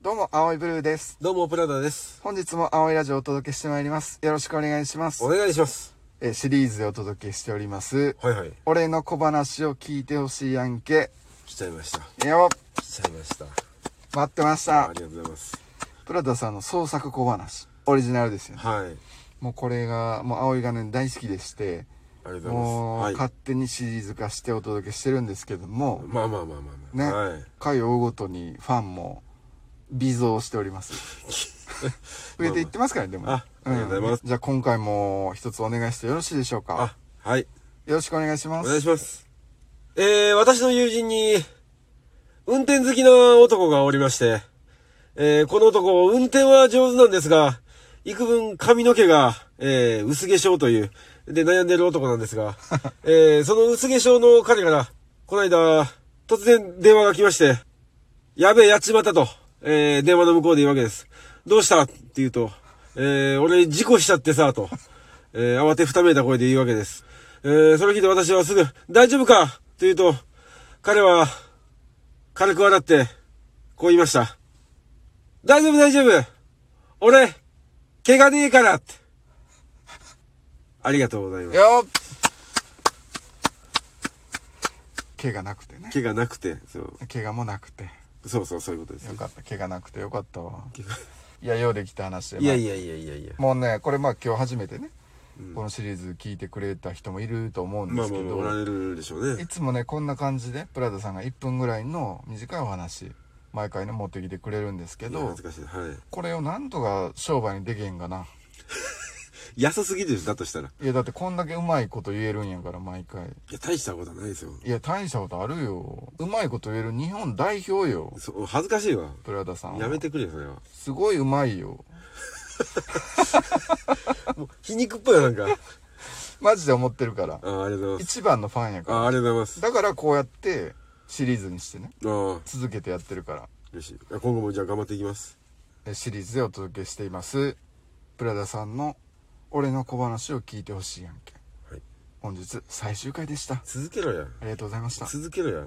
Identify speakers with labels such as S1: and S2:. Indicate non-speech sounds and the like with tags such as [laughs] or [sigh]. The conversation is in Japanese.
S1: どうも、青いブルーです。
S2: どうも、プラダです。
S1: 本日も青いラジオをお届けしてまいります。よろしくお願いします
S2: お。願いします。
S1: えーシリーズでお届けしております。
S2: はいはい。
S1: 俺の小話を聞いてほしいやんけ。
S2: 来ちゃいました。
S1: よ
S2: 来ちゃいました。
S1: 待ってまし
S2: あ
S1: た
S2: り。がとうございます。
S1: プラダさんの創作小話。オリジナルですよね。
S2: はい。あり
S1: もうこれが、もう青いがね、大好きでして、
S2: がとうござい
S1: もう、
S2: ます。はい。
S1: 勝手にシリーズ化してお届けしてるんですけども、
S2: まあまあまあまあま
S1: ね
S2: あ。 [laughs] はい。
S1: 回を追うごとにファンも微増しており
S2: [laughs]
S1: ます。増えていってますからね、でもね。
S2: あありがとうございます
S1: んじゃあ今回も一つお願いしてよろしいでしょうか
S2: あ。、はい。
S1: よろしくお願いしま
S2: お
S1: す。
S2: 願いします。えー、私の友人に、運転好きな男がおりまして、えー、この男、運転は上手なんですが、幾分髪の毛が、えー、薄化粧という、で悩んでる男なんですが、えー、その薄化粧の彼から、この間、突然電話が来まして、やべえ、やっちまったと、えー、電話の向こうで言うわけです。どうしたって言うと、えー、俺事故しちゃってさ、と、えー、慌てふためいた声で言うわけです。えー、それ聞いて私はすぐ、大丈夫かと言うと、彼は、軽く笑って、こう言いました。大丈夫大丈夫俺、怪我ねえからって。ありがとうございます。
S1: よっ怪我なくてね。
S2: 怪我なくて、そう、
S1: 怪我もなくて。
S2: そうそう、そういうことです
S1: よ
S2: ね。
S1: かった。怪我なくてよかったわ。いや、ようできた話で。
S2: いやいやいやいやいや。
S1: まあもうね、これまあ今日初めてね、
S2: うん
S1: このシリーズ聞いてくれた人もいると思うんで
S2: まあ
S1: すけ
S2: ま
S1: ど、
S2: あまあ、おられるでしょうね
S1: い。つもね、こんな感じで、プラダさんが1分ぐらいの短いお話、毎回ね、持ってきてくれるんですけ
S2: いや
S1: ど
S2: 恥、ずかしい。はい。
S1: これをなんとか商売にできへんかな。
S2: 安すぎるでしょ、だとしたら。
S1: いや、だってこんだけうまいこと言えるんやから、毎回。
S2: いや、大したことはないですよ。
S1: いや、大したことあるよ。うまいこと言える日本代表よ。
S2: そう、恥ずかしいわ。
S1: プラダさんは。
S2: やめてくれよ、それは。
S1: すごいうまいよ。
S2: もう、皮肉っぽいわ、なんか。
S1: マジで思ってるから。
S2: ああ、ありがとうございます。
S1: 一番のファンや
S2: ああ、
S1: か
S2: ありがとうござい
S1: ら。だからこうやってシリーズにしてね、
S2: ます。あ
S1: 続けてやってるから
S2: あ、よし。いや今後もじゃあ頑張っていきます。
S1: え。シリーズでお届けしています。プラダさんの俺の小話を聞いてほしいやんけ。
S2: はい
S1: 本日最終回でした。
S2: 続けろや。
S1: ありがとうございました。
S2: 続けろや。